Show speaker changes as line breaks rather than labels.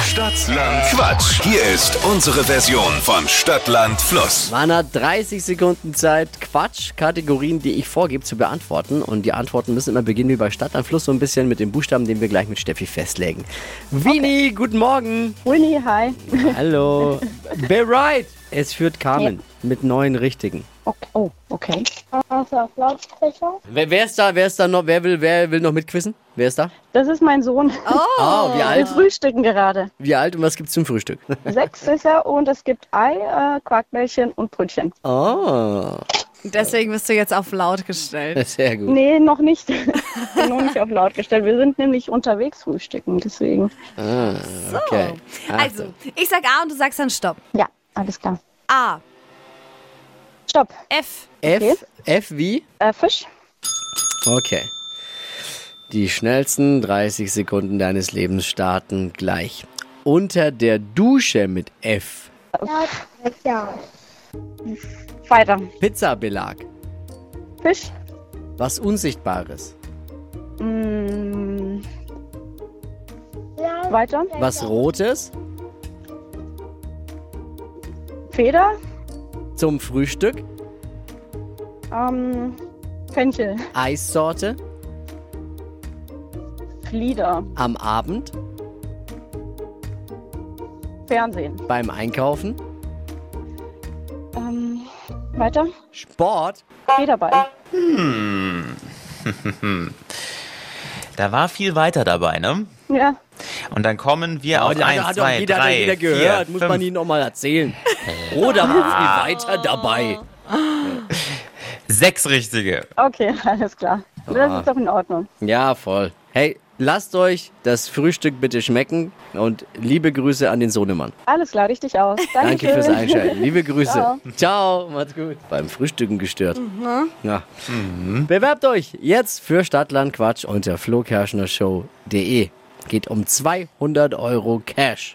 Stadtland Quatsch. Hier ist unsere Version von Stadtland Fluss.
Man hat 30 Sekunden Zeit, Quatsch-Kategorien, die ich vorgebe, zu beantworten. Und die Antworten müssen immer beginnen wie bei Stadt am Fluss, so ein bisschen mit dem Buchstaben, den wir gleich mit Steffi festlegen. Vini, guten Morgen.
Winnie, hi.
Hallo. Bereit. Es führt Carmen mit neun Richtigen.
Okay. Oh, okay.
Also auf Lautsprecher.
Wer, wer ist da? Wer ist da noch? Wer will, wer will noch mitquissen? Wer ist da?
Das ist mein Sohn.
Oh, wie
Wir
alt?
frühstücken gerade.
Wie alt und was gibt's zum Frühstück?
Sechs ist er und es gibt Ei, äh, Quarkbällchen und Brötchen.
Oh,
Deswegen bist du jetzt auf laut gestellt.
sehr gut.
Nee, noch nicht. noch nicht auf laut gestellt. Wir sind nämlich unterwegs frühstücken, deswegen.
Ah, okay.
Also, ich sag A und du sagst dann Stopp.
Ja, alles klar.
A,
Stopp.
F,
F, F wie?
Äh, Fisch.
Okay. Die schnellsten 30 Sekunden deines Lebens starten gleich. Unter der Dusche mit F.
Lautsprecher.
Weiter.
Pizzabelag.
Fisch.
Was Unsichtbares.
Mm, weiter.
Was Rotes.
Feder.
Zum Frühstück.
Ähm, Fenchel.
Eissorte.
Flieder.
Am Abend.
Fernsehen.
Beim Einkaufen.
Ähm, weiter.
Sport.
Federball.
Da war viel weiter dabei, ne?
Ja.
Und dann kommen wir auf
Ja, hat-
1,
hat doch
2,
jeder, hat doch
3,
jeder
4,
gehört. Muss man
5,
ihn nochmal erzählen. Oder war viel weiter dabei.
6 richtige.
Okay, alles klar.
Ah.
Das ist doch in Ordnung.
Ja, voll. Hey, lasst euch das Frühstück bitte schmecken und liebe Grüße an den Sohnemann.
Alles klar, richtig aus.
Danke
Dankeschön.
fürs Einschalten. Liebe Grüße. Ciao.
Ciao.
macht's gut. Mhm. Beim Frühstücken gestört. Ja. Bewerbt euch jetzt für Stadtland Quatsch unter flokerschnershow.de. Geht um 200 Euro Cash.